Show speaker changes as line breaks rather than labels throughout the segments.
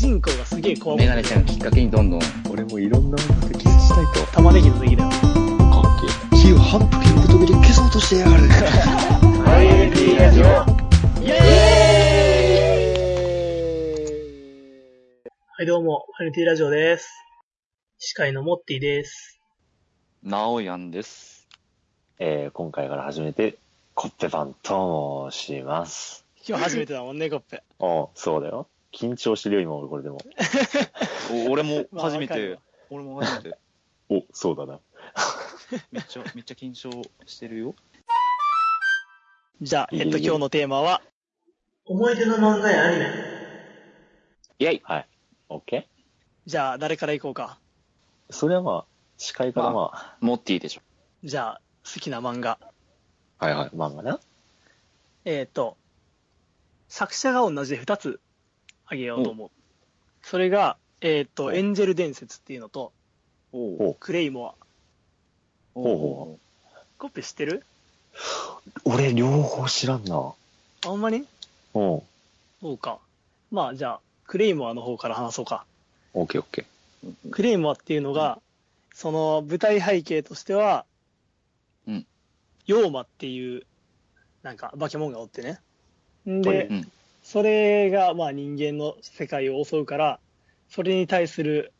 銀行がすげえ怖
メ
い。
ガネちゃんきっかけにどんどん。
俺もいろんなもので消したいと。
玉ねぎの出来だよ。
関係。火を反復横跳びで消そうとしてやがる。
イエーイはい、どうも、ファニティラジオです。司会のモッティです。
なおやんです。
えー今回から始めて、コッペパンと申します。
今日初めてだもんね、コッペ。
おうそうだよ。緊張してるよ、今俺これでも。
お俺も
まあ
初め
わかる
て
わ、
俺も初め て。
お、そうだな。
めっちゃ、めっちゃ緊張してるよ。
じゃあ、
いい
え
よ
っと、今日のテーマは、思い出の漫才アニメ。
イェイ
はい。オッケ
じゃあ、誰から行こうか。
ーそれはまあ、司会からまあ、
モッティでしょ。
じゃあ、好きな漫画。
はいはい。漫画な。
えっ、と、作者が同じで2つあげようと思う。それが、えっ、と、
お
エンジェル伝説っていうのと、
お
おう
クレイモア。
お
ほう
お
ほ
コッペ知ってる
俺、両方知らんな。
あほんまに
おう
そうか。まあ、じゃあ、クレイモアの方から話そうか。
オッケーオッケ
クレイモアっていうのが、その舞台背景としては、
うん。
ヨーマっていう、なんか、化け物がおってね。ん
は
で
い、
うん
それが、まあ、人間の世界を襲うから、それに対する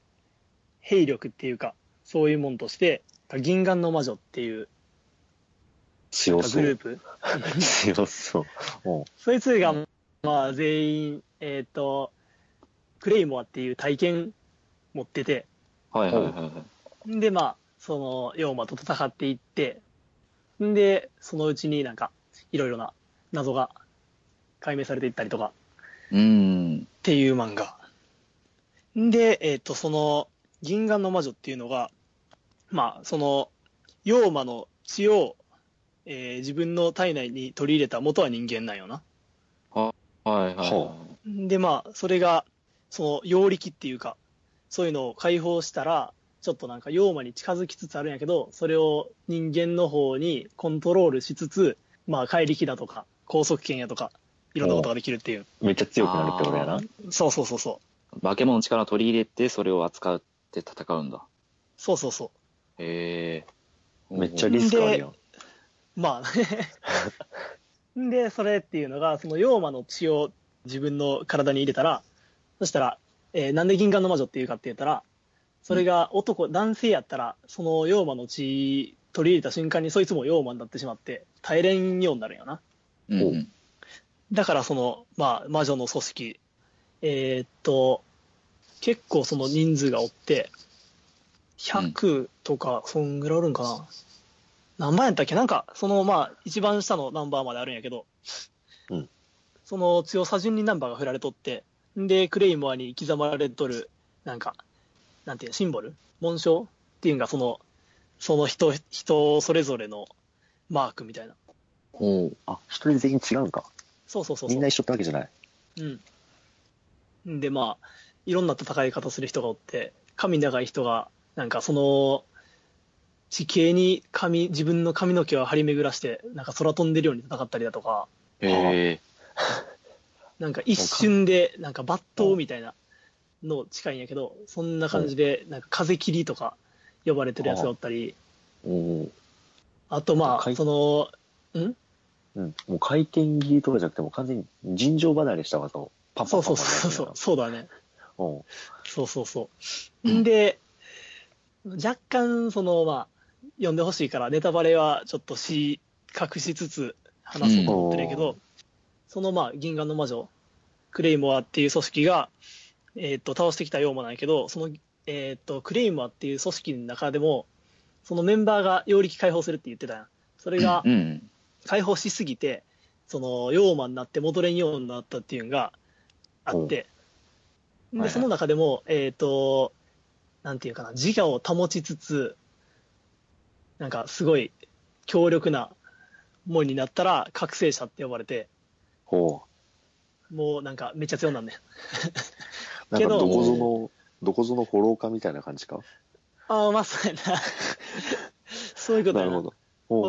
兵力っていうか、そういうもんとして、銀眼の魔女っていう
ー。強そ
グルー
う。
プ。
強そう。おう
そいつが、
うん
まあ、全員、えっ、と、クレイモアっていう体験持ってて、
はいはいはいはい。
で、まあ、その、ヨーマと戦っていって、んで、そのうちになんか、いろいろな謎が解明されていったりとか、
うーん。
っていう漫画。んで、えっ、と、その、銀眼の魔女っていうのが、まあ、その、ヨーマの血を、えー自分の体内に取り入れた元は人間なんよな。
はいはいはい。
ほ
で、まあ、それが、その、揚力っていうか、そういうのを解放したら、ちょっとなんか、妖魔に近づきつつあるんやけど、それを人間の方にコントロールしつつ、まあ、怪力だとか、高速圏やとか、いろんなことができるっていう。
めっちゃ強くなるってことや
あ
な。
そうそうそうそう。
化け物の力を取り入れて、それを扱って戦うんだ。
そうそうそ
へえ。
めっちゃリスクあるやん。
う。まあ、んで、それっていうのが、その、妖魔の血を自分の体に入れたら、そしたら、えーなんで銀眼の魔女っていうかって言ったら、それが男、男性やったら、その妖魔の血取り入れた瞬間にそいつも妖魔になってしまって、耐えれんようになるんよな。
うんうん。
だからその、まあ、魔女の組織、えーっと、結構その人数がおって、100とか、そんぐらいおるんかな。何番やったっけなんか、その、まあ、一番下のナンバーまであるんやけど、
うん
その強さ順にナンバーが振られとって、んで、クレイモアに刻まれとる、なんか、なんていうのシンボル紋章っていうのが、その、その人、人それぞれのマークみたいな。
ほう。
あ、一人全員違うんか。
そうそうそうそう。
みんな一緒ってわけじゃない。
うん。で、まあ、いろんな戦い方する人がおって、神長い人が、なんかその、地形に髪、自分の髪の毛を張り巡らして、なんか空飛んでるように戦ったりだとか、
へえ。
なんか一瞬で、なんか抜刀みたいなの近いんやけど、そんな感じで、なんか風切りとか呼ばれてるやつがおったり、
おう
あとま
か
あ、
い
その、
うん、もう回転切りとかじゃなくてもう完全に尋常離れした技をパンパ
そ
ン
う
パ
そ
ン
う
パ
そうそ
ン
う、そうだね。
そ
そうそうそうう。
ん
んで、若干、その、まあ、読んでほしいから、ネタバレはちょっとし、隠しつつ話そうと思ってるけど、
う
その、まあ、銀河の魔女、クレイモアっていう組織が、えーっと、倒してきたようもないけど、その、えーっと、クレイモアっていう組織の中でも、そのメンバーが揚力解放するって言ってたやん。それが
う、ん。
解放しすぎて、その、妖魔になって戻れんようになったっていうのがあって、
うんはいは
で、
い
その中でも、えっ、と、なんていうかな、自我を保ちつつ、なんかすごい強力なもんになったら、覚醒者って呼ばれて、
う。お
もうなんかめっちゃ強なんね。
う。なん
け
か
ど
どこぞの、どこぞのフォロー家みたいな感じか。
ああ、まあそうやな。 そういうこと
な
や
る
な。
ほ
フ
ど。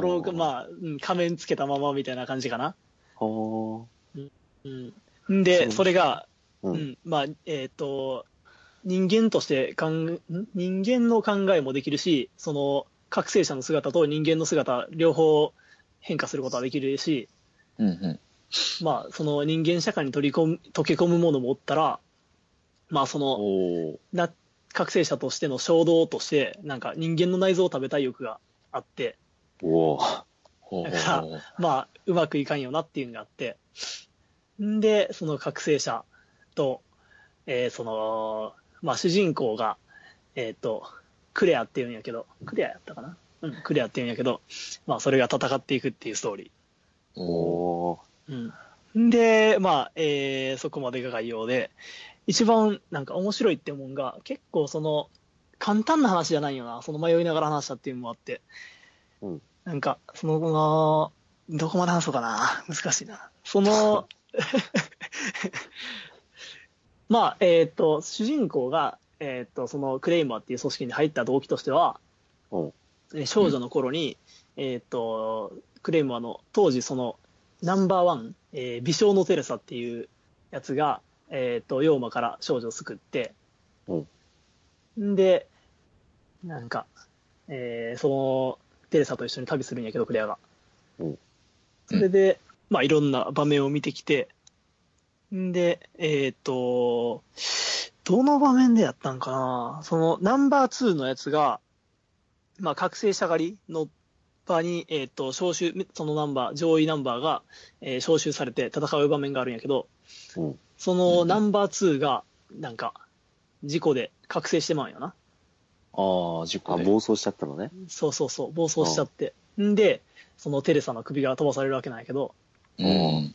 フ
ォローまあ、うん仮面つけたままみたいな感じかな。
あ。
うん、で、
そう
それが、
う。
うんん、まあ、えっ、と、人間としてかん、ん人間の考えもできるし、その、覚醒者の姿と人間の姿、両方変化することはできるし、
うんうん。
まあ、その人間社会に取り込む、溶け込むものもおったら、まあ、その、
おー
な、覚醒者としての衝動として、なんか人間の内臓を食べたい欲があって、
おー
ほうほう
だから
ほう
まあ、うまくいかんよなっていうのがあって、んで、その覚醒者と、えーその、まあ、主人公が、えっ、と、クレアっていうんやけど、クレアやったかなうん、クレアっていうんやけど、まあ、それが戦っていくっていうストーリ
おー
おー
ー。うん。で、まあ、えーそこまでが概要で、一番なんか面白いってもんが、結構その、簡単な話じゃないよな、その迷いながら話したっていうのもあって、
うん
なんか、その、どこまで話そうかな、難しいな。そ の、まあ、えっ、と、主人公が、えっ、と、そのクレイマーっていう組織に入った動機としては、
うん
え少女の頃に、えっ、と、クレイマーの当時そのナンバーワン、えー美少のテレサっていうやつが、えっ、と、ヨーマから少女を救って、んで、なんか、えーその、テレサと一緒に旅するんやけど、クレアが。
うん
それで、まあ、いろんな場面を見てきて、んで、えっ、と、どの場面でやったんかなその、ナンバー2のやつが、まあ、覚醒者狩りの場に、えっ、と、招集、そのナンバー、上位ナンバーが、えー招集されて戦う場面があるんやけど、
うん
そのナンバー2が、なんか、事故で覚醒してまうんよな。
ああ、事故
あ、
で。
暴走しちゃったのね。
そうそうそう、暴走しちゃって。んで、そのテレサの首が飛ばされるわけなんやけど、
うん。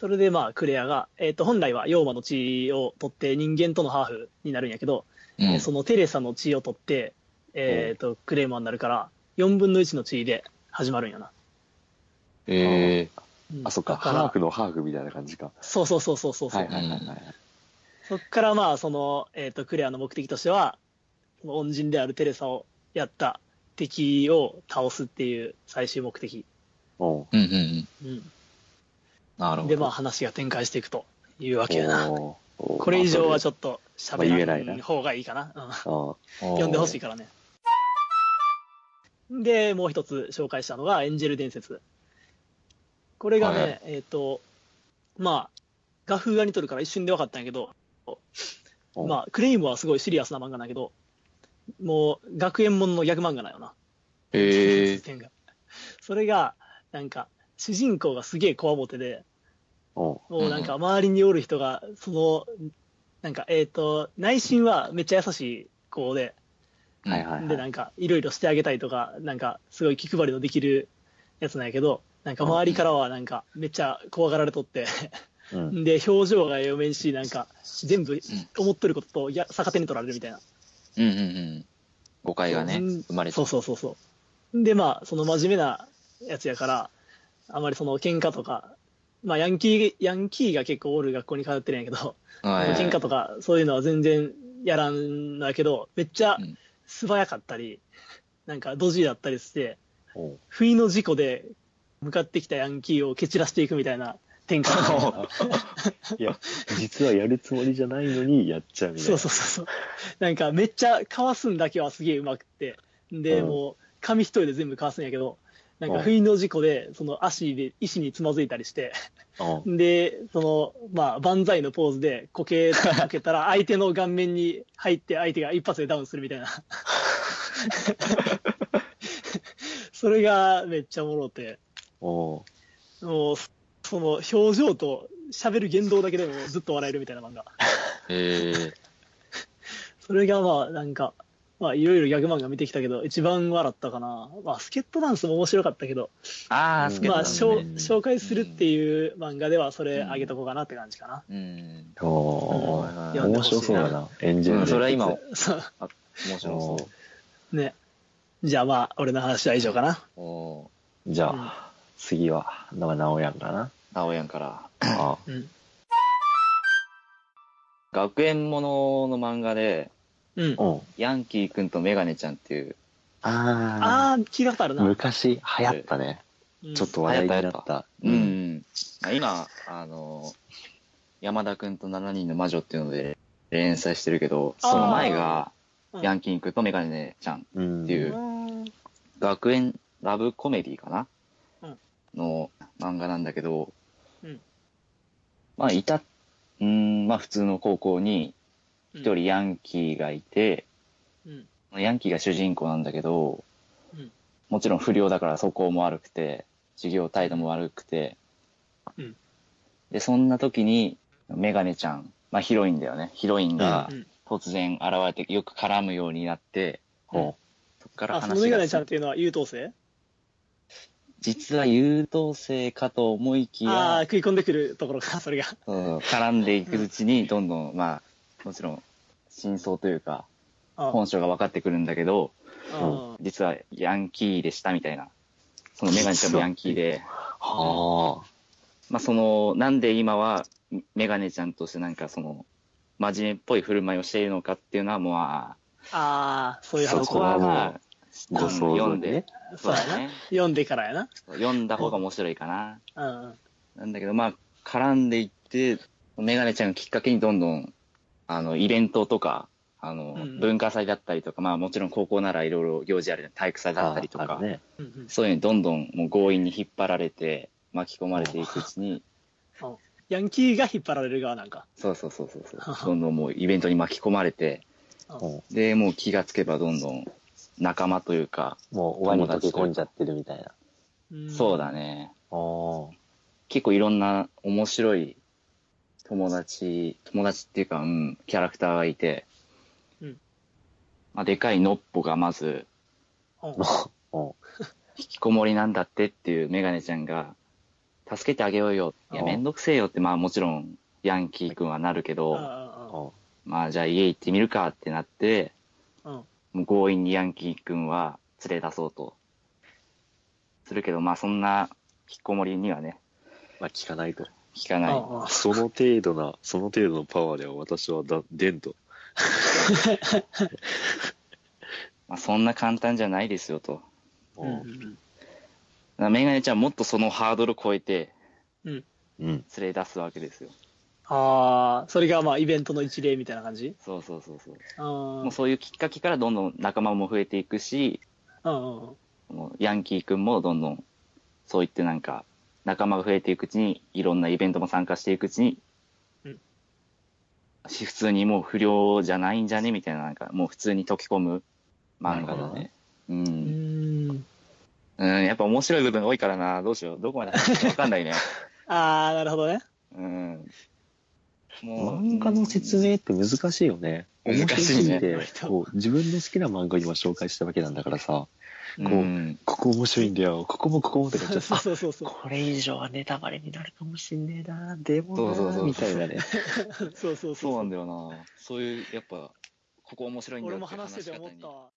それでまあクレアが、えっ、と、本来はヨーマの血を取って人間とのハーフになるんやけど、
うん。
そのテレサの血を取って、えっ、と、クレーマーになるから、4分の1の血で始まるんやな。
ええ。
うん
あ、そっか。
だか
ハー
ら
フのハーフみたいな感じか。
そうそうそうそうそう。
は
う
いはいはいはい。
そっからまあ、その、えっ、と、クレアの目的としては、その恩人であるテレサをやった敵を倒すっていう最終目的。
おう
うんうんうん。
うん。
なるほど。
で、まあ話が展開していくというわけやな。
おうおう
これ以上は
ょ
ちょっと
まあ言
喋
え
ら
なんいな
方がいいかな。うん
っと。
読んでほしい
い。
からね。で、もう一つ紹介したのがエンジェル伝説。これがね、
はいはい
えっ、と、まあ、画風が似とるから一瞬で分かったんやけど、
うん
まあ、クレイムはすごいシリアスな漫画なんやけど、もう、学園もののギャグ漫画なんよな。
ええ。
点が それが、なんか、主人公がすげえこわもてで、
おう
もうなんか周りにおる人が、その、なんか、えっ、と、内心はめっちゃ優しい子で、
はいはい
で、
は。
ないんか、いろいろしてあげたいとか、なんか、すごい気配りのできるやつなんやけど、なんか周りからはなんか、めっちゃ怖がられと って、
うん。
で、表情が読めんし、なんか、全部思っとることと、いや、逆手に取られるみたいな。
うんうんうん。誤解がね、
うん
生まれち
そ
ゃ
うそうそうそう。で、まあ、その真面目なやつやから、あまりその喧嘩とか、まあ、ヤンキー、ヤンキーが結構おる学校に通ってるんやけど、
う。はいはい
喧嘩とかそういうのは全然やらんだけどめっちゃ
うん
素早かったり、なんかドジだったりして
おう
不意の事故で向かってきたヤンキーを蹴散らしていくみたいな展 開
いや、実はやるつもりじゃないのにやっちゃうみたい
そう
な。
そうそうそうなんかめっちゃかわすんだけはすげえうまくてで、
うん
もう紙一重で全部かわすんやけどなん
う
か
ん
不意の事故でその足で石につまずいたりして
おう
で、その、まあ、万歳のポーズで、こけ、こけた ら、相手の顔面に入って、相手が一発でダウンするみたいな。それがめっちゃおもろて、
おう
もう、その、表情と喋る言動だけでもずっと笑えるみたいな漫画。
ええ。
それがまあ、なんか、まあ、いろいろギャグ漫画見てきたけど、一番笑ったかな。まあ、スケットダンスも面白かったけど、
ああ、
うん
スケ
まあ、
ー
し
ト
ょ
な
うん
でね
紹介するっていう漫画では、それあげとこうかなって感じかな。
うん。
お
うん
ー
読ん
でほ
面
しいな
白そうだな。エンジェ
う
ル伝
ん、
説。
それは今、面
そう
白
お
そう
ね。じゃあまあ、俺の話は以上かな。
う。お
じゃあ、次は、なんか、直やんかな。
ー青やんから。
あ
うん。
学園ものの漫画で、
うん。
うん。
ヤンキーくんとメガネちゃんっていう、
あ
ああ、聞いたことある
ー
な。
昔流行ったね。
うん
ちょっと話題になった。
うん。まあ今、あの、山田くんと7人の魔女っていうので連載してるけど、その前が、
うん
ヤンキンくんとメガネちゃん、
うん。
っていう
うん
学園ラブコメディかな、
うん
の漫画なんだけど、
うん
まあ、いた、うーん、まあ普通の高校に一人
うん
ヤンキーがいて、
うん
ヤンキーが主人公なんだけど、
うん
もちろん不良だから素行も悪くて、授業態度も悪くて、
うん
で、そんな時に、メガネちゃん、まあヒロインだよね。ヒロインが
うん
突然現れてよく絡むようになって、
ほ
そこから
あそ
話
の
が
メガネちゃんっていうのは優等生
実は優等生かと思いき
ああー
や、
食い込んでくるところか それが
うん絡んでいくうちに、どんどん、まあ、もちろん、真相というか、
あ
本性が分かってくるんだけど、
あ
実はヤンキーでしたみたいな。そのメガネちゃんもヤンキーで、
は
まあその、なんで今はメガネちゃんとしてなんかその、真面目っぽい振る舞いをしているのかっていうのは、ま
あーそ
あ、
ういう話
そこはまあ、
あ。ご想
読
像
ん
で
で
ね、。
そうだね。読んでからや
読んだ方が面白いかな。
なうん
なんだけど、まあ、絡んでいって、メガネちゃんをきっかけにどんどん、あの、イベントとか、あの、
うん
文化祭だったりとか、まあもちろん高校ならいろいろ行事あるじゃん体育祭だったりと
あ
か、
あるね。
うんうん
そういうのにどんどんもう強引に引っ張られて、巻き込まれていくうちに、
ヤンキーが引っ張られる側なんか
そうそうそうそうそう、どんどんもうイベントに巻き込まれて、
うん
で、もう気がつけばどんどん仲間というか、
もう輪に溶け込んじゃってるみたいな。
うん
そうだね、
あ
結構いろんな面白い友達、友達っていうか、うん、キャラクターがいて、
うん
まあ、でかいノッポがまず、
うん
あ。うん
引きこもりなんだってっていうメガネちゃんが、助けてあげようよ。いや、
うん
めんどくせえよって、まあもちろん、ヤンキーくんはなるけ
うんう
ど、
ん
うん
まあじゃあ家行ってみるかってなって、
うんうん
もう強引にヤンキーくんは連れ出そうと。するけど、まあそんな引きこもりにはね、
まあ、聞かないと。
効かない。
うんうん
その程度な、その程度のパワーでは私はだ、出んと。
まあそんな簡単じゃないですよと。
うんうん
だからメガネちゃんはもっとそのハードルを超えて
うん。
連れ出すわけですよ。
ああそれがまあイベントの一例みたいな感じ
そうそうそうそう。
うんうん
もうそういうきっかけからどんどん仲間も増えていくし、
うんうん
もうヤンキーくんもどんどんそう言ってなんか仲間が増えていくうちにいろんなイベントも参加していくうちに、
うん
し普通にもう不良じゃないんじゃねみたいななんかもう普通に溶け込む漫画だね。う、
うんん
うん、やっぱ面白い部分多いからな、どうしよう、どこまで話していいか分かんないね。
ああなるほどね
うん、もう
漫画の説明って難しいよね。
難しいね
面白すぎて
割と
こう自分の好きな漫画を今紹介したわけなんだからさ、
うん
こう
うん
ここ面白いんだよ、ここもここもとか
そ
言
う
っちゃっ
そうそうそう
これ以上はネタバレになるかもしんねえな、でもな
そうそうそう
みたいなね。
そうそう
そう
そ
な
うん
だよな。そういう、やっぱ、ここ面白いんだ
俺
よ
も
っていう
話してて
し
思っ
方に
たわ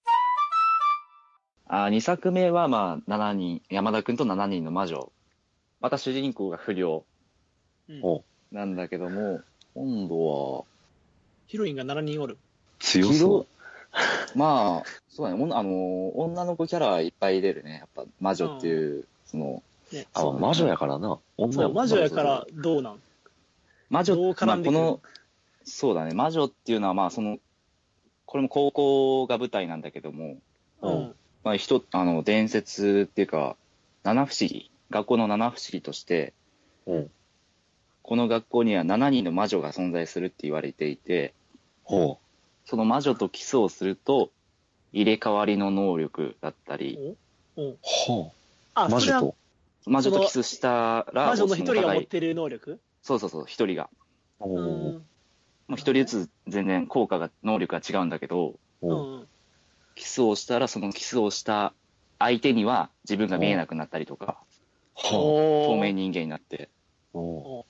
あー二作目は、まあ、7人、山田くんと7人の魔女。また主人公が不良
うん
お
なんだけども、今度
ヒロインが7人おる
強そう。
は、まあ、そうだね、おんあのー女の子キャラいっぱい出るね。やっぱ、魔女っていう、その、
ね
あ、魔女やからな。女
そ
や
う
も
魔
ん
女
な
やからどうなん
魔女
どう絡んでくる
まあこの、そうだね、魔女っていうのは、まあ、その、これも高校が舞台なんだけども、
う
うん
ん
まあ、人、あの、伝説っていうか、七不思議、学校の七不思議として、
うん
この学校には7人の魔女が存在するって言われていて、
ほ
その魔女とキスをすると、入れ替わりの能力だったり、
うん
う。ほ
あ
う。魔
それ
女
は
と。
魔女とキスしたら、
魔女の一人が
そ
持
互
っ
い
てる能力
そうそうそう、一人が。
お
う
お。
ん
もう一人ずつ全然効果が、能力が違うんだけど、
う
おお。
ん
キスをしたら、そのキスをした相手には自分が見えなくなったりとか、
ほ
透明
に
人間になって、
う。おう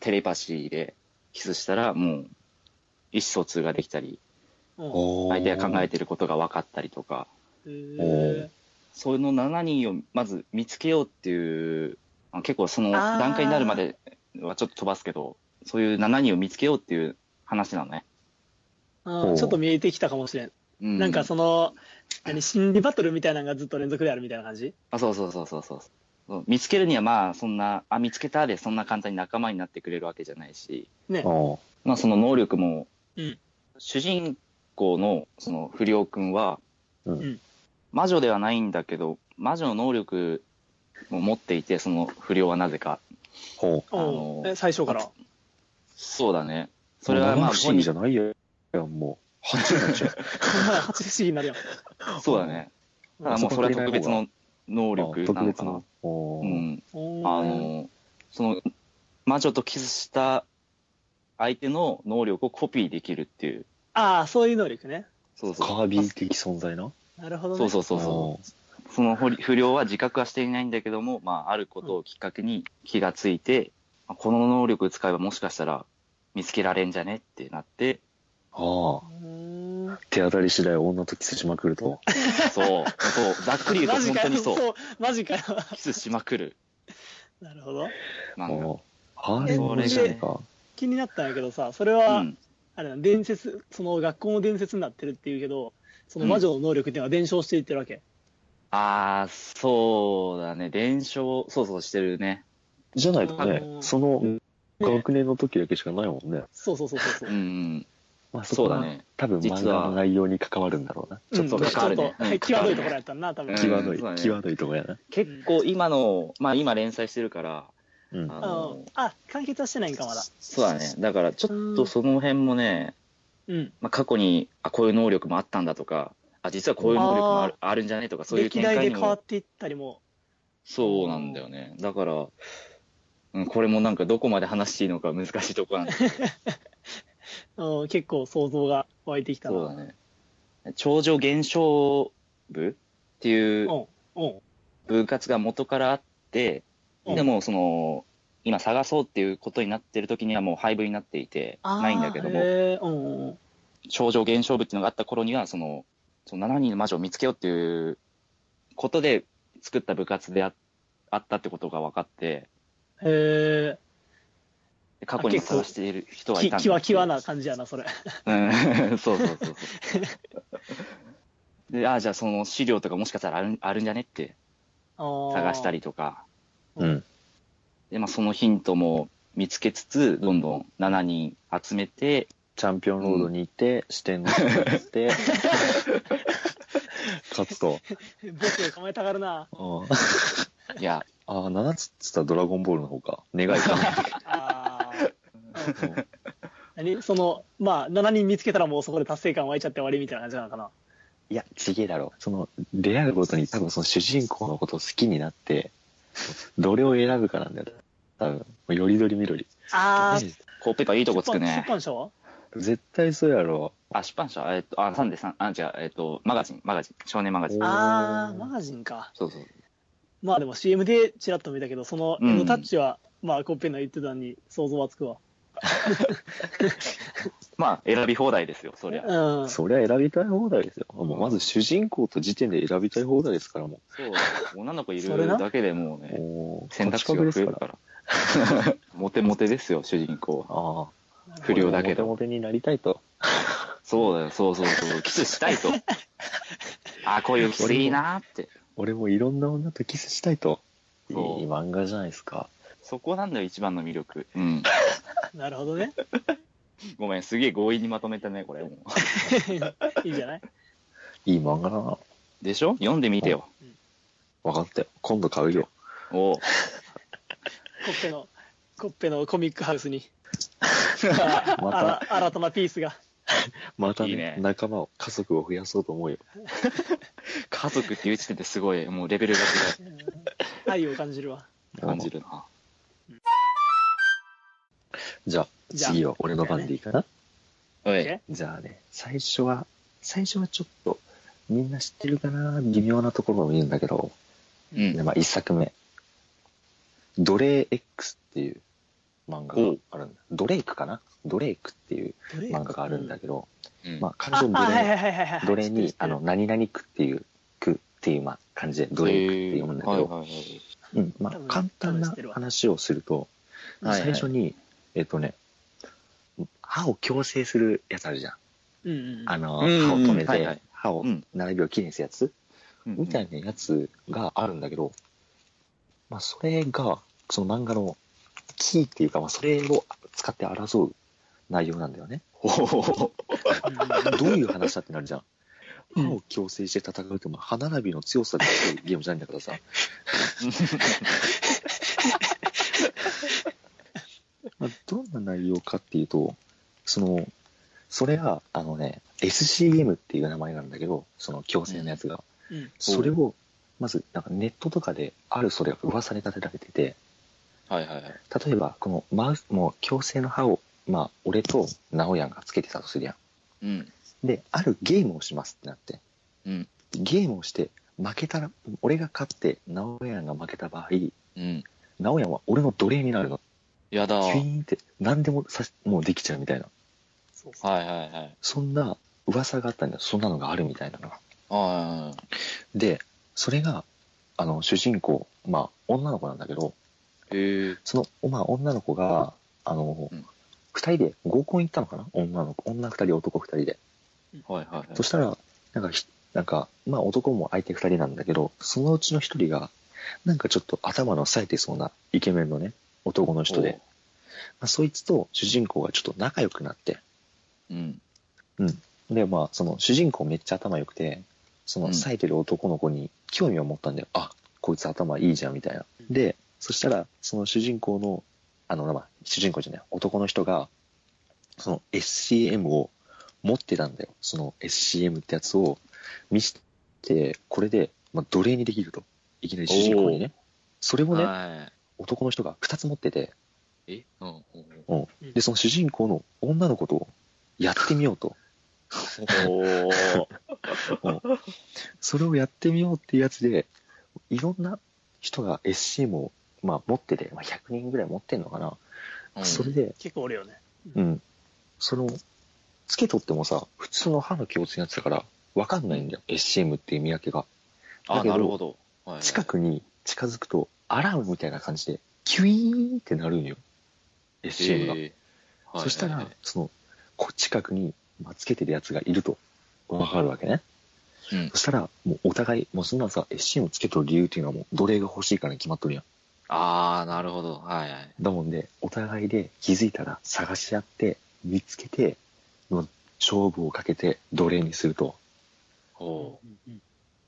テレパシーでキスしたらもう意思疎通ができたり
お
おう。
相手が考えてることが分かったりとか
え
そういうの7人をまず見つけようっていうあ結構その
あー
段階になるまではちょっと飛ばすけどそういう7人を見つけようっていう話なのね、
うんちょっと見えてきたかもしれん
う
なんかその何心理バトルみたいなのがずっと連続であるみたいな感じ
あそうそうそうそうそうそう見つけるにはまあそんなあ見つけたでそんな簡単に仲間になってくれるわけじゃないし、
ね
あ。あ
まあ、その能力も、
うん
主人公のその不良君は、
うん
うん
魔女ではないんだけど魔女の能力も持っていてその不良はなぜか
ほ
あの
おうえ最初から。
そうだね
う。
それはまあ
不思議じゃないやん、もう。8になっちゃう。
八不思議になるやん。
そうだねただも
あそうこ
それは特別
触
の能力
あ
なのかな
の。お
う
ー
ん
お
あ
ー
のその魔女とキスした相手の能力をコピーできるっていう
あー、そういう能力ね。
そうそう
カービィ的存在な。
なるほどね。
そうそうそうそうその不不良は自覚はしていないんだけども、まあ、あることをきっかけに気がついて、あこの能力使えばもしかしたら見つけられんじゃねって なって、
ああ。
うーん
手当たり次第女とキスしまくると。
そう、そう、ざっくり言う
マ
と
ジ
本
か
当
よ
にそう、
マジかよ。
キスしまくる
なるほど。
漫画。
ああ。あれ
え
も面白いか。
気になったんやけどさ、それ
う
は、
ん、
あれな伝説、その学校の伝説になってるっていうけど、その魔女の能力っていうのは伝承していってるわけ。
ああ、そうだね、連勝、そうそうしてるね。
じゃないと
あの
ね、その
ね
学年の時だけしかないもんね。
そうそうそうそう。う
う、
ん
うん、
まあ
そうだ
は
ね。
多分
実は
漫画の内容に関わるんだろうな。
ん
ちょっと関わる
ち
ね
ょっとはい
関
際
わ
どいと
るね
ころやったんな、多分。
うん
際どい
そうだ、ね
際どいとこやな。
結構今の、まあ今連載してるから、
うん。
あ
あ
の
のあ、完結はしてないんか、まだ。
そうだね、だからちょっとその辺もね、
うん。
まあ、過去にあこういう能力もあったんだとかあ実はこういう能力もあるあるんじゃないとかそういう
歴
展
代
開
で
に
変わ
も
っていったりも。
そうなんだよねだから、うん、これもなんかどこまで話していいのか難しいと こなんだけど
うん結構想像が湧いてきたな。
そうだね超常現象部っていう
うん。うん。
部活が元からあって
うん
でもその今探そうっていうことになってる時にはもう廃部になっていてないんだけど
あー
も
へーうんうん。
超常現象部っていうのがあった頃にはそのその7人の魔女を見つけようっていうことで作った部活でああったってことが分かって
へ
で過去に
あ結構
探している人
ー
はい
き、
たんだ
きわきわな感じやな、それ。
うん そうそうそうそうでああじゃあその資料とかもしかしたらあるあるんじゃねって探
探
した。りとか
うん。
で、まあ、そのヒントも見つけつつどんどん7人集めて
チャンピオンロードに行って、視点の人に行 って、勝つと。
ボスを構えたがるな。
あ
いや
あ、7つっつったらドラゴンボールの方か。願いか。
あーうん何その、まあ、7人見つけたらもうそこで達成感湧いちゃって終わりみたいな感じなのかな。
いや、ちげえだろ。その、出会うごとに多分その主人公のことを好きになって、どれを選ぶかなんだよ。多分、もうよりどりみどり。
あー、
コーペーパーいいとこつ
出
く
版
ね
出版社は
絶対そうやろ。
あ出版社えっとあサンデーさんあ違うえっとマガジンマガジン少年マガジン
おー
あー、マガジンか。
そうそう
まあでも CM でちらっと見たけど、その、
うん
エのタッチは、まあ、コッペンの言ってたのに想像はつくわ。
まあ選び放題ですよそりゃ
うん。
そりゃ選びたい放題ですよ。もうまず主人公と時点で選びたい放題ですからも
そう、女の子い
それ
る
な
だけでもう
う。
ね、
おー
選択肢が増えるから。モテモテですよ、 主人公は。
ああ。
不良だけ
モ
ど。
テモテになりたいと。
そうだよ、そうそうそう。キスしたい と。あ、こういうキスいいなって。
俺もいろんな女とキスしたいと。いい
そう
漫画じゃないですか。
そこなんだよ、一番の魅力。うん。
なるほどね。
ごめん、すげえ強引にまとめたね、これ。もう
いいじゃない
いい漫画だな。
でしょ読んでみてよ。
分かったよ。今度買うよ。
おう
コッペの、コッペのコミックハウスに。あ
ま
ら
た、
新たなピースが。
またね
いいね
仲間を、家族を増やそうと思うよ。
家族っていう時点ですごい、もうレベルが違
愛を感じるわ。
う感じるな。
じゃあ、
じゃあ
次は俺の番でいいかな。
お
え
い。
じゃあね、最初は、最初はちょっと、みんな知ってるかな微妙なところも言うんだけど、
う
で
ん。
まあ一作目。奴隷 X っていう漫画があるんだ。ドレイクかなドレイクっていう漫画があるんだけど、
うん
まあ彼
あ、
女の奴
あはい
隷
はいはいはいはい。
奴隷
知ってる知
に
っ、て
あ
る
の、何々区っていう、区っていう、まあ、感じで、奴隷区って読むんだけ
はい
ど、
はいはい。
うん、ま
多
あ
分、
簡単
多分知っ
な
てるわ
話をすると、
はいはい
最初に、えっとね、歯を矯正するやつあるじゃん。
うんうんうん。
あの、
うん
歯を止め
はいはい
て、歯を
うん
7秒きれいにするやつ
うん
みたいなやつがあるんだけど、まあ、それが、その漫画のキーっていうか、まあ、それを使って争う内容なんだよね。どういう話だってなるじゃん。
うん
歯を矯正して戦うと、まあ、歯並びの強さで競うゲームじゃないんだか らさ。まあ、どんな内容かっていうと、その、それが、あのね、SCM っていう名前なんだけど、その矯正のやつが。
うん
それを、まず、なんかネットとかで、あるそれが噂に立てられてて、
はいはいはい。
例えば、このマウス、もう矯正の歯を、まあ、俺と直哉がつけてたとするや
うん。
ん。で、あるゲームをしますってなって、
うん。
ゲームをして、負けたら、俺が勝って、直哉が負けた場合、
うん。
直哉は俺の奴隷になるの。
やだ。
キ
は
ュイ
い
ーンって、何でもさし、もうできちゃうみたいな。
そうそう
はいはい。
そんな噂があったんだよ。そんなのがあるみたいなのが。
ああ。
で、それが、あの、主人公、まあ、女の子なんだけど、
へえ。
その、まあ、女の子が、あの
うん、
二、人で合コン行ったのかな女の子、女二人、男二人で。
はいはいはい。
そしたら、なんかひ、なんか、まあ、男も相手二人なんだけど、そのうちの一人が、なんかちょっと頭の冴えてそうなイケメンのね、男の人で、まあ、そいつと主人公がちょっと仲良くなって、
おう。うん。
で、まあ、その主人公めっちゃ頭良くて、そうの
ん
冴えてる男の子に興味を持ったんだよ。あ、こいつ頭いいじゃん、みたいな。で、そしたら、その主人公の、あの、まあ、主人公じゃない、男の人が、その SCM を持ってたんだよ。その SCM ってやつを見せて、これで、まあ、奴隷にできると。いきなり主人公にね。それもね、
は
男の人が2つ持ってて、
い。えうん。おう
で、その主人公の女の子とやってみようと。
お ー
それをやってみようっていうやつで、いろんな人が SCM を、まあ、持ってて、まあ、100人ぐらい持ってんのかな。
うん
それで、
結構おるよね。
うん。その、つけとってもさ、普通の歯の共通のやつだから、わかんないんだよ。SCM っていう見分けが。だ
あ、
けど
なるほど。はいはい
近くに近づくと、アラームみたいな感じで、キュイーンってなるんよ。SCM が。
へえはいはいはい
そしたら、その、こ近くに、まあ、つけてるやつがいると、わかるわけね。
うん
そしたら、もうお互い、もうそんなさ、SCM をつけとる理由っていうのはもう奴隷が欲しいからに決まっとるやん。
ああ、なるほど。はいはい。
だもんで、お互いで気づいたら探し合って、見つけて、もう勝負をかけて奴隷にすると。
お
うん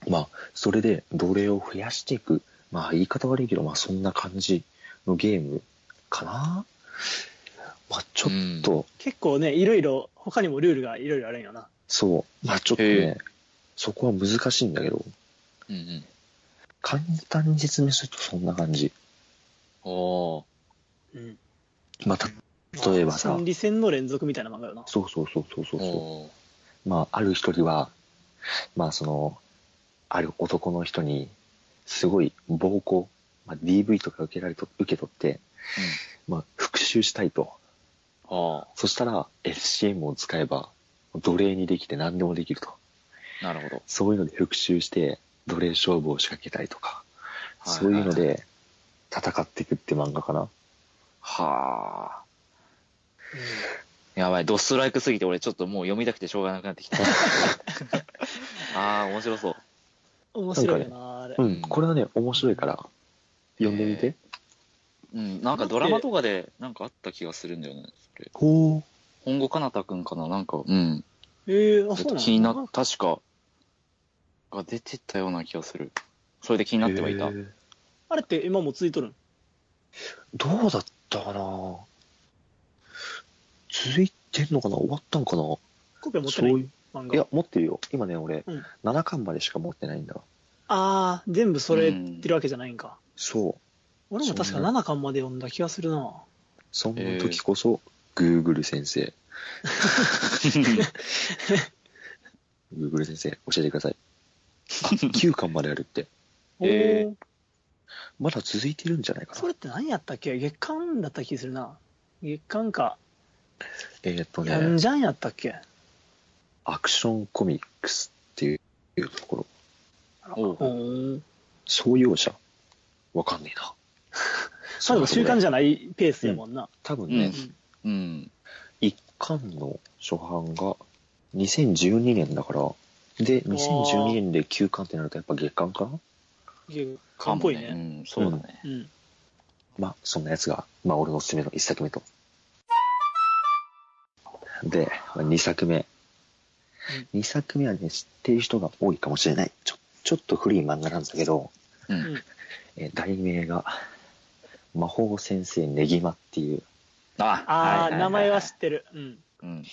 まあ、それで奴隷を増やしていく。まあ、言い方悪いけど、まあ、そんな感じのゲームかなまあ、ちょっと、
結構ね、いろいろ、他にもルールがいろいろあるんよな。
そう。まあ、ちょっと
へ
ね、そこは難しいんだけど、
うんうん。
簡単に説明するとそんな感じ。
おお
うん。
まあ、た例えばさ
心、理戦の連続みたいな漫画よな。
そうそうそうそうそう
ー。
そ
お
う。まあ、ある一人は、まあ、その、ある男の人に、すごい暴行、まあ、DV とか受けられと、受け取って、まあ、復讐したいと。
ー。あ
そしたら、SCM を使えば、奴隷にできて何でもできると。
あ、なるほど。
そういうので復讐して、奴隷勝負を仕掛けたりとか、
はい
そういうので、戦っていくって漫画かな。
はあ。やばい、ドストライクすぎて俺ちょっともう読みたくてしょうがなくなって きた。ああ、面白そ
う
う。
ん面白いよな、あれ
う。ん、これはね、面白いから、読んでみて。
うん、なんかドラマとかでなんかあった気がするんだよね。それ
ほ
本郷かなたくんかななんか、うん。
ええー、あ、
ちょ
そうなの
っと気になっ、確か、が出てたような気がする。それで気になってはいた。
あれって今もついとるん
どうだったかな続いてんのかな終わったんかな
コピーは持って
そ
な
う
い
いう。
漫
い
画
や。、持ってるよ。今ね、俺、
うん
7巻までしか持ってないんだわ。
ああ、全部それってるわけじゃないんか。
そう。
俺も確か
そうね
7巻まで読んだ気がするな。
そんな時こそ、Google 先生。Google 先生、教えてください。あ、9巻まであるって。
お
えー
お。
まだ続いてるんじゃないか
そ
な
れ。って何やったっけ月刊だった気するな。月刊か。
えーっと
やん
ね、
じゃんやったっけ
アクションコミックスっていうところ、
おう
おお。
創業者わかん ねえな。
まあでも習慣じ
ゃ
ゃないペースやもんな。
多分ね、
うんうん。
一巻の初版が2012年だから、で、2012年で休巻ってなるとやっぱ月間かな
勘っぽい
かも
ね。
うん、そうだね。
うん。
まあ、そんなやつが、まあ、俺のおすすめの1作目と。で、まあ2作目。2作目はね、知ってる人が多いかもしれない。ちょ、ちょっと古い漫画なんだけど、
うん
うん
えー題名が、魔法先生ねぎまっていう、
あ
ああ、
いいいい
名前は知ってる。うん。
うん。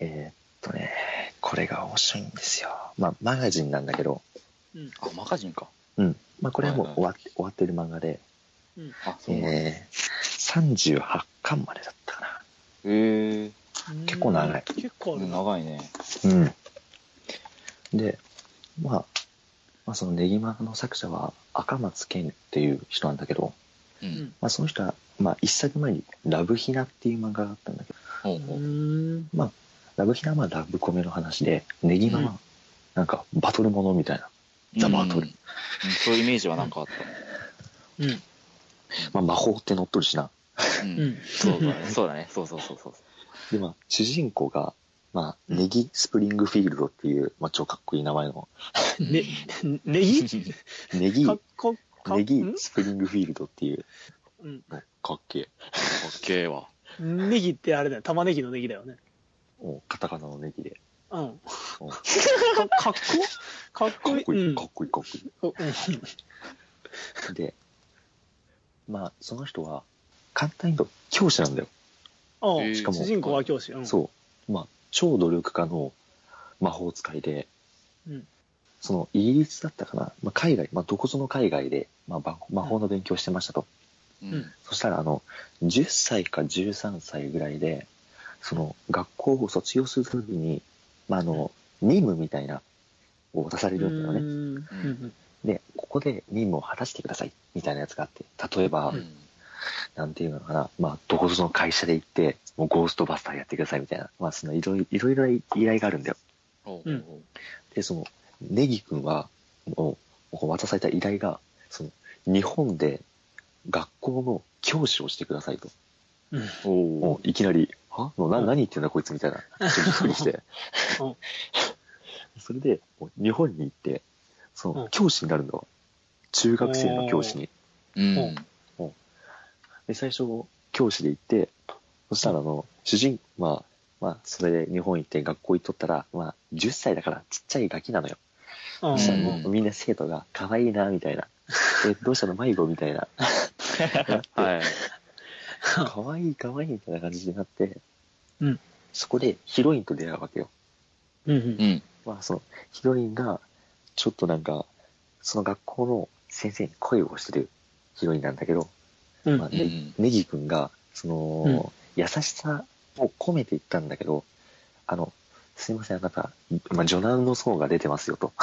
えーっとね、これが面白いんですよ。まあ、マガジンなんだけど、
うん。
あ、マガジンか。
うん。まあ、これはもう
はいはい
終わ,、終わってる漫画で、
あ、そうなんだ。
えー、38巻までだったかな。
へえ。
結構長い
うん結構あるな。
長いね。
うん。で、まあ、まあ、そのネギマの作者は赤松健っていう人なんだけど、
う。
うんん。
まあ、その人は、まあ、一作前に「ラブヒナ」っていう漫画があったんだけど、
ほう
う
ほう。
ん。
ラブヒナはまあラブコメの話で、ネギマ
う
はなんかバトルものみたいな、ザバ
う
トル
んうんそういうイメージはなんかあっ
うん。
まあ、魔法って乗っとるしな。
た。う。
うんん。
そうだね。そうだね。そうそうそうそう。
で、まあ、主人公が、まあ、ネギスプリングフィールドっていう、まあ、超かっこいい名前の、
ね、ネギ
ネギ、
かっこ、か
ネギ
ん
スプリングフィールドっていう、
うん
かっけえ。
オッケーわ。
ネギってあれだよ。玉ねぎのネギだよね。
もうカタカナのネギで。
うん。か
うんか
かっこかっこい
っ
い。
こい
うん
い、かっこいい、かっこいい。で、まあ、その人は、簡単に言うと、教師なんだよ。
うん。う
え
ん
ー
しかも
主人公は教師。うん。
そう。まあ、超努力家の魔法使いで、
うん
その、イギリスだったかな、まあ、海外、まあ、どこぞの海外で、まあ、ば魔法の勉強してましたと。
う
うん
ん。
そしたら、あの、10歳か13歳ぐらいで、その、学校を卒業するときに、まあ、あの、任務みたいな、を渡され
う
るんだよね。
ん。うん
で、ここで任務を果たしてください、みたいなやつがあって、例えば、
うん
なんていうのかな、まあ、どこぞの会社で行って、もうゴーストバスターやってくださいみたいな、まあ、そのいろいいろいろ依頼があるんだよ。
ほうほうほう
で、その、ネギ君は、もう、こう渡された依頼が、その、日本で学校の教師をしてくださいと。
うん。
もういきなり、はもうな何言ってんだこいつみたいな、ちょっとびっくりして
うん。
それで、もう日本に行って、そ
うん
の、教師になるんだわ。中学生の教師に。
うん
うん
で、最初、教師で行って、そしたら、あの、主人、まあ、まあ、それで日本行って学校行っとったら、まあ、10歳だからちっちゃいガキなのよ。
うん
そしたらも
ん
うみんな生徒が、可愛いな、みたい な。え、どうしたの迷子みたいな。
はい。
可愛い可愛いみたいな感じになって、
うん
そこでヒロインと出会うわけよ。
うんうん
う。ん。
まあ、その、ヒロインが、ちょっとなんか、その学校の先生に恋をしてるヒロインなんだけど、
うん
まあ
うん
ねネギ君が、その、優しさを込めていったんだけど、あの、すいません、あなた、まあ、ジョナルの層が出てますよと。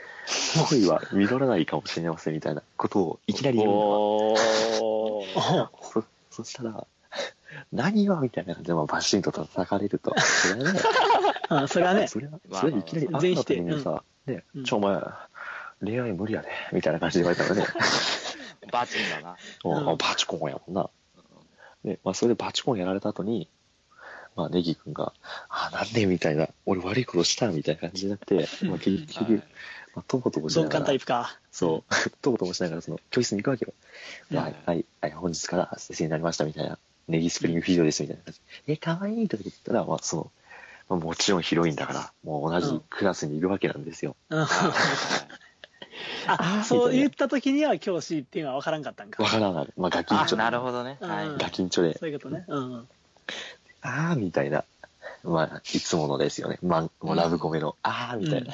恋は実らないかもしれませんみたいなことをいきなり言うんだわ
お
お
ー
ー
そそしたら、何よみたいな感じで、まあ、バシンと叩かれると。それはね、
あそれはね、
それは、
まあ
それはいきなり
まあ
会った時にさ、ね
うん、
ちょ、お前、恋愛無理やで、みたいな感じで言われたらね、
バチンだな。
もう
うん
あバチコンやもんな。で、まあ、それでバチコンやられた後に、まあ、ネギ君が、あ、なんでみたいな、俺悪いことしたみたいな感じになって、まあ、結局、
はい
まあ、とぼとぼしな
鈍
が
感タ
ら
イ、プか。
そう、 とぼとぼしながら、その、教室に行くわけよ。
うん
はい、はい、はい、本日から先生になりました、みたいな。ネギスプリングフィードです、みたいな感じ。え、可愛いとか言ったら、まあ、その、まあ、もちろんヒロインだから、もう同じクラスにいるわけなんですよ。
うんあ、そう言った時には教師っていうのは分からんかったんか。
わからない。まあ、ガキン
あ
チ、ョ。
なるほどね。は
うん
い。
ガキンチョで。
そういうことね。うんうん。
あーみたいな。まあ、いつものですよね。まん、もうラブコメの、あーみたいな、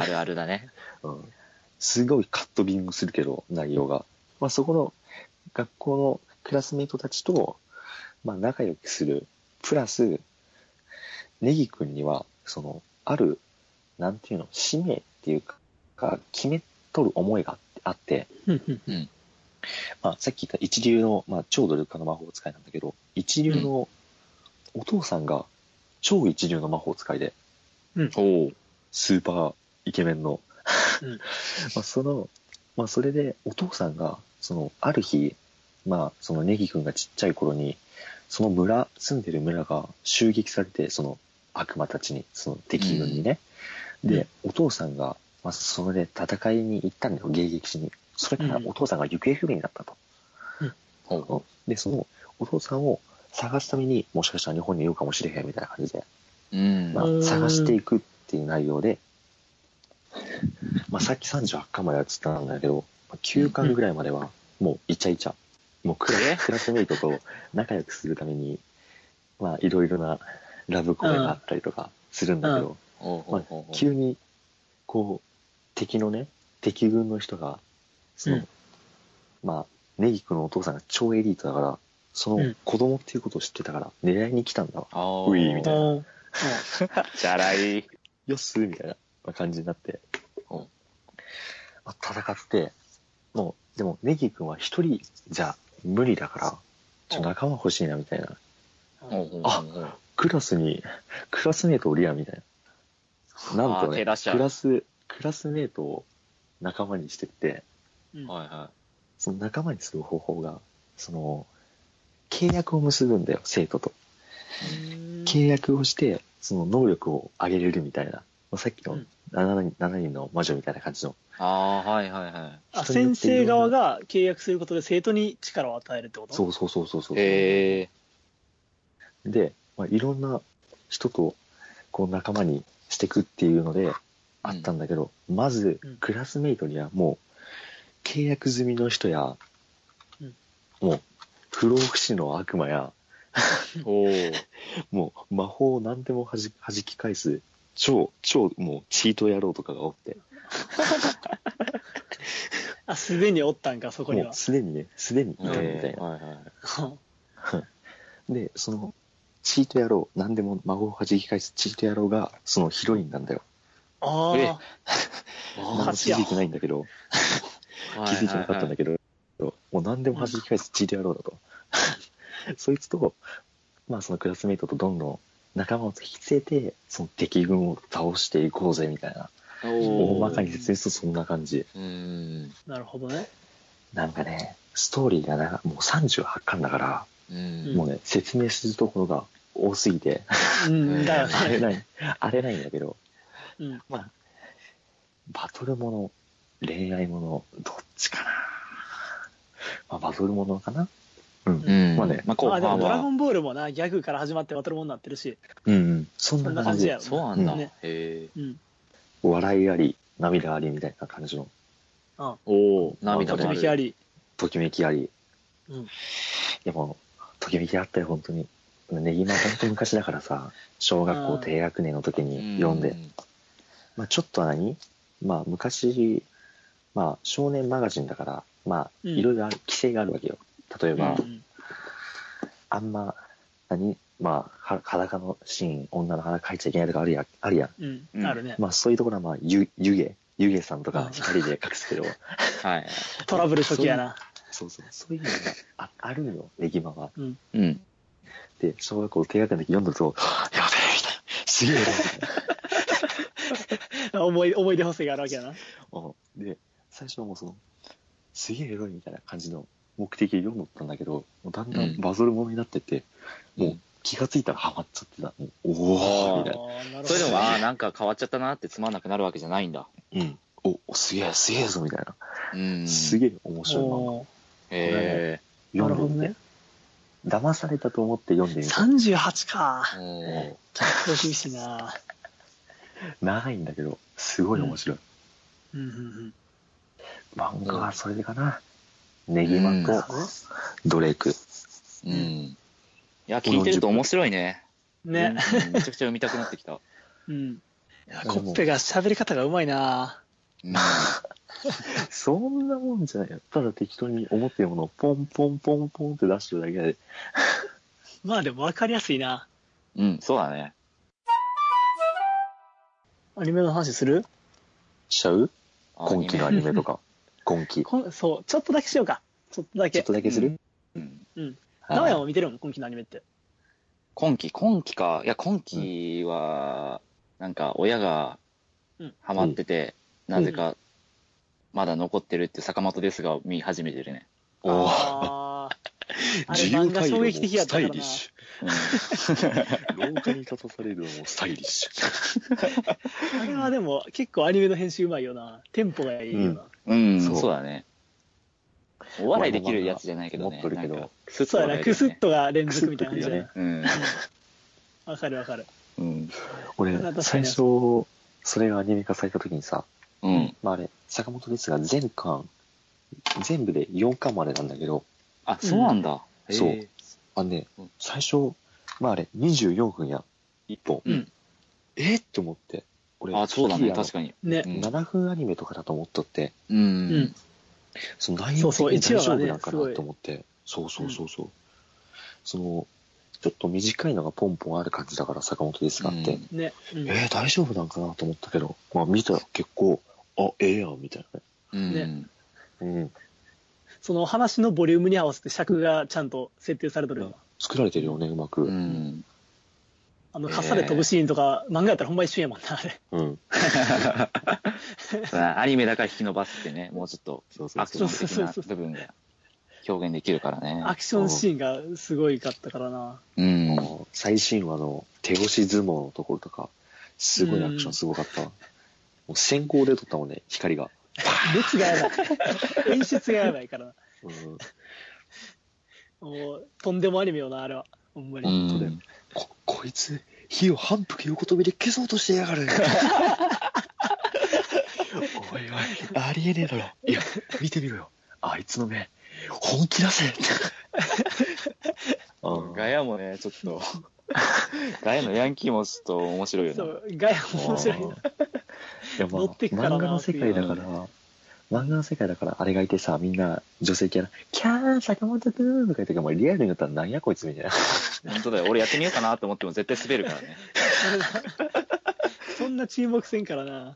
あるあるだね。
うん。すごいカットビングするけど、内容が。まあ、そこの学校のクラスメイトたちと、まあ、仲良くする。プラス、ネギ君には、その、ある、なんていうの、使命っていうか、決めとる思いがあって、
うんうん
まあ、さっき言った一流の、まあ、超努力家の魔法使いなんだけど、一流のお父さんが超一流の魔法使いで、
おう
スーパーイケメンの。
うん
まあその、まあそれでお父さんが、その、ある日、まあそのネギ君がちっちゃい頃に、その村、住んでる村が襲撃されて、その悪魔たちに、その敵軍にね。
うん
で、お父さんがまあ、それで戦いに行ったんだよ、迎撃しに。それからお父さんが行方不明になったと。
うん
うんで、そのお父さんを探すためにもしかしたら日本にいるかもしれへんみたいな感じで、
うん
ま
う
あ、
ん
探していくっていう内容で、まあ、さっき38巻まではつったんだけど、まあ9巻ぐらいまではもうイチャイチャ。もうクラ
え
クラスメイトと仲良くするために、まあ、いろいろなラブコメがあったりとかするんだけど、
おうおうおうおう
急にこう敵のね敵軍の人がその、
うん
まあネギ君のお父さんが超エリートだからそうの
ん
子供っていうことを知ってたから狙いに来たんだわ
あー
ウィーみたいな
おー
じゃらい。
よっすみたいな感じになって、
うん
まあ戦ってもうでもネギ君は一人じゃ無理だからちょっと仲間欲しいなみたいな
おー
あクラスに クラスメートおりやみたいななんと
あー
ね
手出しちゃう
クラスクラスメートを仲間にしてって
うん
はいは
その仲間にする方法が、その、契約を結ぶんだよ、生徒と。
うん
契約をして、その能力を上げれるみたいな。まあさっきの
うん
7人 ,7 人の魔女みたいな感じの。
い。ああ、はいはいはい。
あ
人によ
先
っていろい
生
ろ
側が契約することで生徒に力を与えるってこと。
そううそうそうそうそう。
え
で、まあ、いろんな人とこう仲間にしていくっていうのであったんだけど、まず
うん
クラスメイトにはもう契約済みの人や、
うん
もう不老不死の悪魔や、
ー、おー
もう魔法を何でもはじ弾き返す超超もうチート野郎とかがおって
あ、すでにおったんか、そこに
も
は
う。すでにねすでにいたみたい
えー
な、
はいはい。
でそのチート野郎何でも魔法を弾き返すチート野郎がそのヒロインなんだよ
あ
え
あ、
何も気づいてないんだけど気づいてなかったんだ
け
けど、もう何でも弾き返すチート野郎だと そいつとまあそのクラスメイトとどんどん仲間を引き連れてその敵軍を倒していこうぜみたいな
ど。
大
お
まかに説明するとそんな感じ
うーん。
なるほどね。
なんかね、ストーリーが長もう38巻だから、
うん。
もうね、説明するところが多すぎて、
うん、だよ
あれ
ね。
ない、あれないんだけど、
うん
まあ、バトルもの、恋愛もの、どっちかな。まあ、バトルものかなうん。
うん。
まあね
まあ後
まあでも、
半
ドラゴ
は。
ンボールもな、ギャグから始まってバトルもんになってるし、
うん、うん。そん
そん
な
な
感
感
じ
じ
で
や、ろ
そうなんだ
うん。
へえ。
うん。
笑いあり、涙ありみたいな感じの、
おお、涙もあ
とききあ
る。
り。
ときめきあり。
うん
いや、もう、ときめきあったよ、本当に。ねぎまほんと昔だからさ、小学校低学年の時に読んで
う、ん。
まあ、ちょっとは何まあ、昔、まあ、少年マガジンだから、まあ、
うん
いろいろある、規制があるわけよ。例えば、
うん
あんま、何まあ、は裸のシーン、女の裸描いちゃいけないとかあるやん、あるやん。
うん
うん
あるね。
まあ、そういうところは、まあ、ゆ、湯気、湯気さんと
う
か
ん
光で隠すけ ど、
はい。
トラブル初期やな。
そうそう、そういうのがああるよ、ねぎまは。
うん。
で、小学校低学年の時読んだと、 はぁやべえ、みたいな。すげえな、みたいな。
思い、思い出補正があるわけやな。
うんで最初はもうそのすげえエロいみたいな感じの目的で読んだったんだけどもうだんだ
うん
んバズるものになってて、も
う
う気がついたらハマっちゃってたもうお
あー
おみたいな、
あーなるほど
それでも、ああ、なんか変わっちゃったなってつまんなくなるわけじゃないんだ。
うん、おおすげえすげえぞみたいな、
うん。
すげえ面白い漫
おー
へえ。
画
なる
読
ほ
ん
ど
でみて、
ね。
騙されたと思って読んでみた
38か。
お
これ厳しいな。
長いんだけどすごい面白い、
うんうん
漫画はそれかな、ネギマとドレイク、
ーうん。いや、聞いてると面白いね。
うん。ね。
うん。めちゃくちゃ読みたくなってきた。
うん。
や
コッペが喋り方がうまいな。
うん
そんなもんじゃないよただ適当に思ってるものをポンポンポンポンって出してるだけで
まあでも分かりやすいな。
うん、そうだね。
アニメの話する
しちゃう
あ
今期のアニメとか。今 期。ち
こんそう、ちょっとだけしようか。ちょっとだ
ょっ
け
と。だけする、
うん
はい
名古屋も見てるもん、今期のアニメって。
今期、今期か。いや、今期は、なんか、親が
うん、
ハマってて、
ん
なぜか、まだ残ってるって坂本ですが、見始めてるね。
おー
あーあれ
自由
漫画
回路
衝
も
撃的やっ
ス
たか
タイ
ら
リッ
な。
シ廊下に立たされるのもスタイリッシュ。
あれはでも結構アニメの編集うまいよな。テンポがいいよな。
うん、
そう
そうだね。お笑いできるやつじゃないけどね。
持っとるけど
なんかクスッと
そうだ
笑
な、
え
ク
る
ス
よ
ッ
ね。
とが連続みたいな感じだ
ク
ね。
うん。
わかるわかる。
うん。
俺
確か、に
最初、それがアニメ化された時にさ、
うん。
まああれ、坂本ですが全巻、全部で4巻までなんだけど、
あ、そうなんだ。
うんそう
へえ
あのね
うん、
最初、まああれ、24分や、1本。
うん
えっって思って。俺、
あ、そうだ
てっき
ね。
りあの
確かに。
ね
う。ん
7分アニメとかだと思っとって、
う
うんん。
その内容
そうそう
的に
一話
大丈
が
夫
ね
なんかなと思って、そうそうそうそう。その、ちょっと短いのがポンポンある感じだから、坂本ですがあって、
うん
ね。うん
えー、大丈夫なんかなと思ったけど、まあ見たら結構、あ、ええやん、みたいなね。
うん
ね
うん。
その話のボリュームに合わせて尺がちゃんと設定されとるよな。
作られてるよね、うまく。
う
うん。
ん。
あの、傘で飛ぶシーンとか、漫画やったらほんま一瞬やもんな、あれ。
そうだアニメだから引き伸ばすってね、もうちょっと
そうそ
ア
う
ク
そ
シ
う。
ョン的な部分が表現できるからね。
アクションシーンがすごいかったからな。
うん
あ。の最新話の手押し相撲のところとか、すごいアクションすごかったわ。もう先行で撮ったもんね、光が。
列がやばい。演出がやばいからな。
うん
もう、とんでもアニメよな、あれは。ほんま
う
に。
ん
そうだよ
こ、こいつ、火を反復横跳びで消そうとしてやがる。
おいおい、ありえねえだろ。いや、見てみろよ。あいつの目、本気出 せ。うん
ガヤもね、ちょっと、 ガヤのヤンキーもちょっと面白いよね。
そう、ガヤも面白いな。
いや、まあ、
乗ってくからな
漫画の世界だから、漫画の世界だから、あれがいてさ、みんな女性キャラ、キャー、坂本くんとか言って、もうリアルになったらなんやこいつみたいな。
本当だよ。俺やってみようかなと思っても絶対滑るからね。
そんな注目せんからな。
うん
あ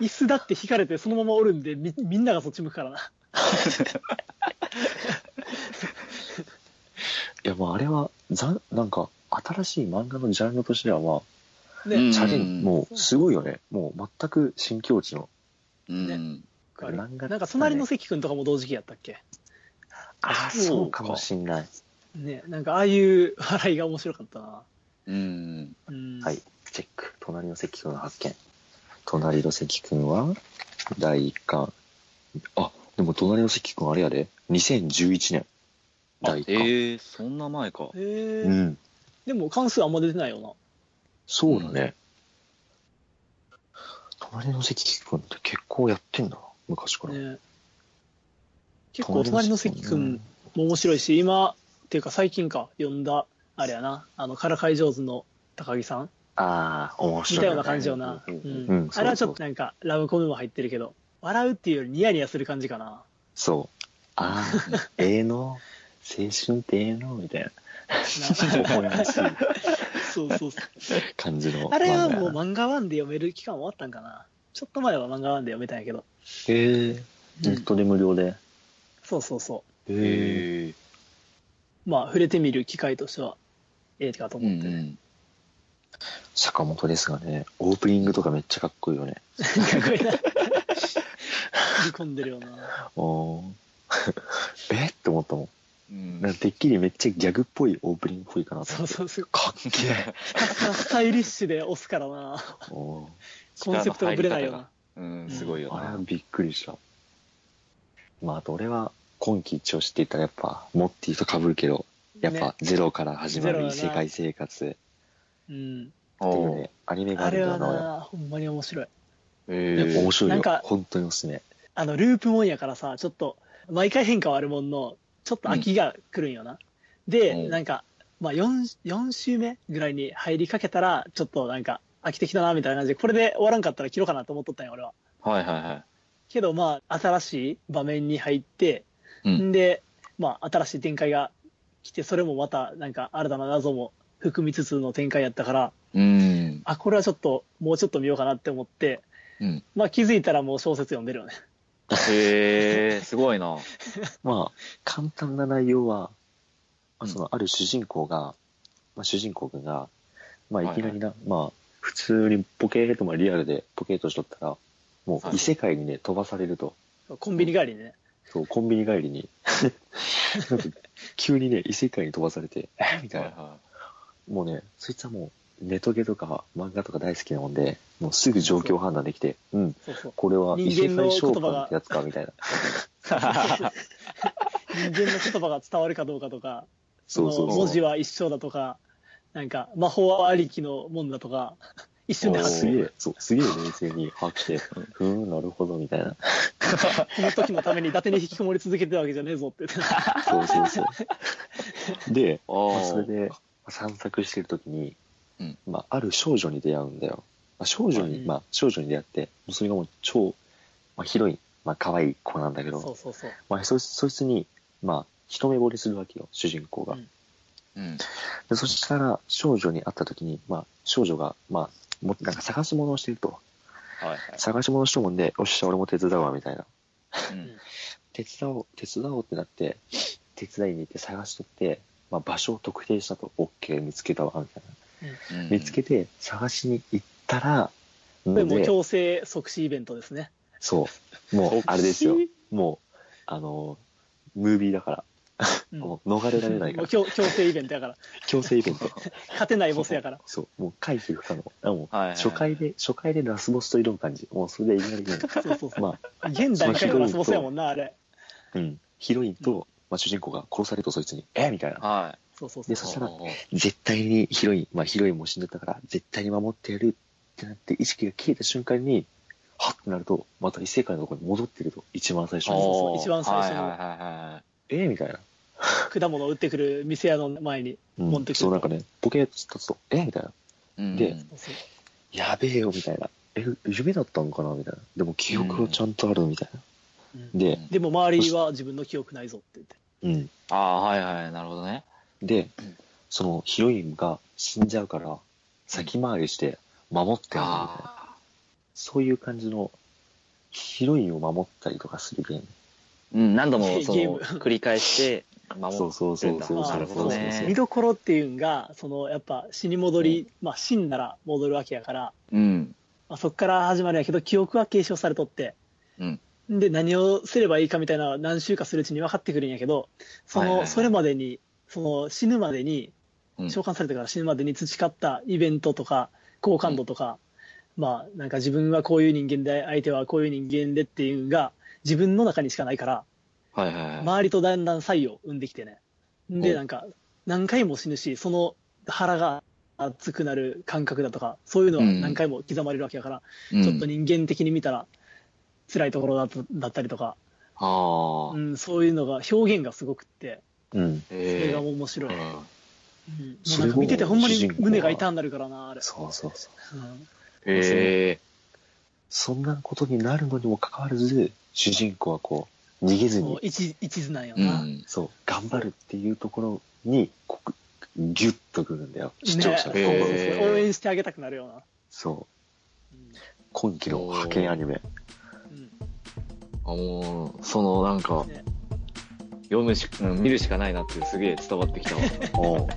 椅子だって引かれてそのままおるんで、みみんながそっち向くからな。
いや、まあ、あれは、ざん、なんか、新しい漫画のジャンルとしては、ま
ね。
うん
あ、チャレンジ、もう、すごいよね。もう、全く新境地の。
うん。
漫画
なんか隣の関君とかも同時期やったっけ
ああ、
そ
そうう
か
かもしんない。
ねなんかああいう笑いが面白かったな
うん。
うん
はい、チェック。隣の関君の発見。隣の関君は、第一巻。あ、でも隣の関君あれやで。2011年。
あ
第一巻。
ええ、そんな前か
へ。え、
うん。
でも関数あんま出てないよ
そうだね。隣の関君って結構やってんだな。昔か
な、
ら。
ね、結構隣の関君も面白いし今っていうか最近か読んだあれやなあのからかい上手の高木さん
ああ、面
似
白
た
い、
ような感じよな、
うん
うん
うん
あれはちょっとなんかラブコメも入ってるけど笑うっていうよりニヤニヤする感じかな
そう。あ あ、ええの。青春ってええのみたいな。微笑ましい
そうそうそう
感じの漫画やな。
あれはもう漫画ワンで読める期間終わったんかなちょっと前は漫画ワンで読めたんやけど、
へえ。ネットで無料で。
そうそうそう
え。
え
まあ、触れてみる機会としては、ええかと
う
思って、ね
ん。
坂本ですがね、オープニングとかめっちゃかっこいいよね。
かっこい いな。見込んでるよな。
お えって思ったも。
うんん
なんかてっきりめっちゃギャグっぽいオープニングっぽいかなと
そう
思って。
そうそう。
かっけえ。
ひたすらスタイリッシュで押すからな。
お
コンセプトがぶれないよな。
うん、すごいよ
あれは
な。
びっくりした。まあ、あと俺は今季一押しって言ったらやっぱ、モッティと被るけど、やっ
ね
ぱゼロから始ま
ゼロ
る
だ
異
な
世界生活
うん。
っていう
お
ね、アニメが
あ
ある
れ
んだ
は
よな。俺
な、ほんまに面白い。
いや
え
面白い
なん
よ
か。
本当におすすめ。
あの、ループもんやからさ、ちょっと、毎回変化はあるもんの、ちょっと飽きが来るんよな。
う
で、
ん
なんか、まあ4、4週目ぐらいに入りかけたら、ちょっとなんか、飽きてきたな、みたいな感じで、これで終わらんかったら切ろうかなと思っとったんよ、俺は。
はいはいは
けどまあ新しい場面に入って、
うん
でまあ新しい展開が来てそれもまたなんか新たな謎も含みつつの展開やったから
い。うん。
あこれはちょっともうちょっと見ようかなって思って
うん。
まあ気づいたらもう小説読んでるよね
へえ、すごいな。
まあ、簡単な内容は、まあ、そのある主人公が、まあ、主人公君が、まあ、いきなりな、まあ、普通にポケーと、まあ、リアルでポケーとしとったら、も
は
う
い
異世界にね、飛ばされると。
コンビニ帰りでね
そう、コンビニ帰りに、なんか急にね、異世界に飛ばされて、えーみたいな。もうね、そいつはもう、ネトゲとか漫画とか大好きなもんで、もうすぐ状況判断できて、うん、
そう そう。
これは異世界召喚ってやつか、みたいな。
人間の言葉が伝わるかどうかとか、そ
そ
の
うそうそう。
文字は一緒だとか、なんか魔法はありきのもんだとか、一瞬で
あ
発
す
す
げえ、そう、すげえ冷静に把握して、ふーん、なるほど、みたいな。
この時のために伊達に引きこもり続けてるわけじゃねえぞって。
そうそうそう。で、
あ
まあそれ
ー。
で散策してる時に、
うん
まあ、ある少女に出会うんだよ。まあ、少女に、
はい
まあ、少女に出会って、もうそれがもう超、まあ、ヒロイン、まあ、可愛い子なんだけ
そう
ど、
そうそう。
まあ、そそいつに、まあ、一目惚れするわけよ、主人公が。
うん
うん。
でそしたら、少女に会った時に、まあ、少女が、まあ、もなんか探し物をしてると。
はいはい。
探し物してもんで、よっしゃ、俺も手伝うわ、みたいな。
うん
手伝おう、手伝おうってなって、手伝いに行って探しとって、まあ、場所を特定したと、OK、見つけたわ、みたいな。
うん
見つけて、探しに行ったら、
これもう
で
強制即死イベントですね。
そう、も う、あれですよ、もう、あの、ムービーだから、
うん
もう逃れられない
も
か
う
ら、
強 強制イベントやから。
強制イベント。
勝てないボスやから。
そう、もう回避不 可能。あもう、
はいはいはい
初回で、初回でラスボスと挑む感じ。もう、それでいきなり ね、
そうそうそう。
まあ、
現代界のラスボスやもんな、あれ。
うん、ヒロインと、まあ、主人公が殺されると、そいつに、えみたいな。
は
そうそうそ
で、
う。
そ
い。
したら
お、ー
絶対にヒロイン、まあヒロインも死んでたから、絶対に守ってやるってなって、意識が消えた瞬間に、はっってなると、また異世界のところに戻ってると、一番最初に。
そう一番最初の
はいはいはいはい
えーみたいな。
果物を売ってくる店屋の前に。
うん
戻ってくる
そうなんかね、ボケっと立つと、えーみたいな。
うん
で
うん
そう
やべえよ、みたいな。え、夢だったのかなみたいな。でも記憶はちゃんとある、みたいな。
うん
で、
でも周りは自分の記憶ないぞって言って。
うん。
ああ、はいはい、なるほどね。
で、そのヒロインが死んじゃうから、先回りして守ってやる、みたいな。
あ
そういう感じの、ヒロインを守ったりとかするゲーム。
ーうん、何度も
ゲ
そ
ゲー
の
ム
繰り返して守
そうそうそうそう
な
そ
る
う
ほ
そう
ど
ね
そう
見どころっていうんが、そのやっぱ死に戻り、まあ死んだら戻るわけやから、
うん。
まあ、そこから始まるんやけど、記憶は継承されとって、
うん
で、何をすればいいかみたいなのは何週かするうちに分かってくるんやけど、その、
はいはいはい
それまでに、その死ぬまでに、
うん
召喚されてから死ぬまでに培ったイベントとか、好感度とか、まあ、なんか自分はこういう人間で、相手はこういう人間でっていうのが、自分の中にしかないから、
はいはいはい。
周りとだんだん差異を生んできてね。で、
お
なんか、何回も死ぬし、その腹が熱くなる感覚だとか、そういうのは何回も刻まれるわけだから、
うん
ちょっと人間的に見たら、辛いところだとだったりとか、
あ
う
あ。
ん、そういうのが、表現がすごくって、
うん。
それ
え
が面白い。うん
ー
もう
そ
な
れ
ん
を
か見ててほんま
主
に
人公は
胸が痛んだるからな、あれ。
そうそうそう。
うん
え
そんなことになるのにもかかわらず、主人公はこう、逃げず
そう
に、
一一途なんよ
ー。う
な。
ん。
そう、頑張るっていうところに、こうギュッとくるんだよ、視
ね
聴者
そう
の
そう
心
そう
が
へえ
応援してあげたくなるような。
そ
うん
う、今期の派遣アニメ。
うん
あ、もう、そのなんか
ね、
読むし、うん見るしかないなってすげえ伝わってきたわ。
おう
うん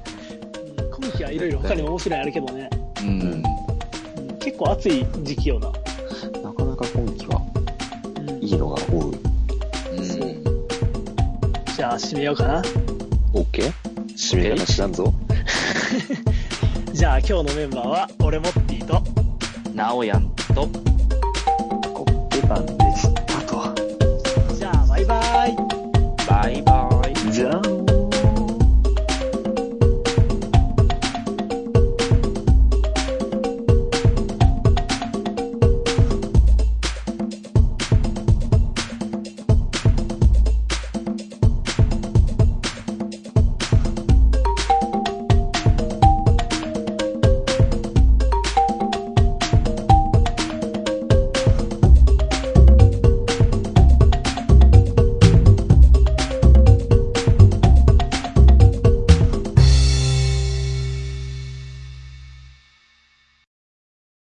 今期はいろいろ他にも面白いのあるけどね、
うん。
うん結構暑い時期よな。
なかなか今期は
うん
いいのが多い。
うん。
じゃあ締めようかな。
OK? 締め方知らんぞ。
じゃあ今日のメンバーは、俺もっていいと。
なおやんと、
コッペパンでしたと。
じゃあバイバイ。
バイバイ。
じゃあね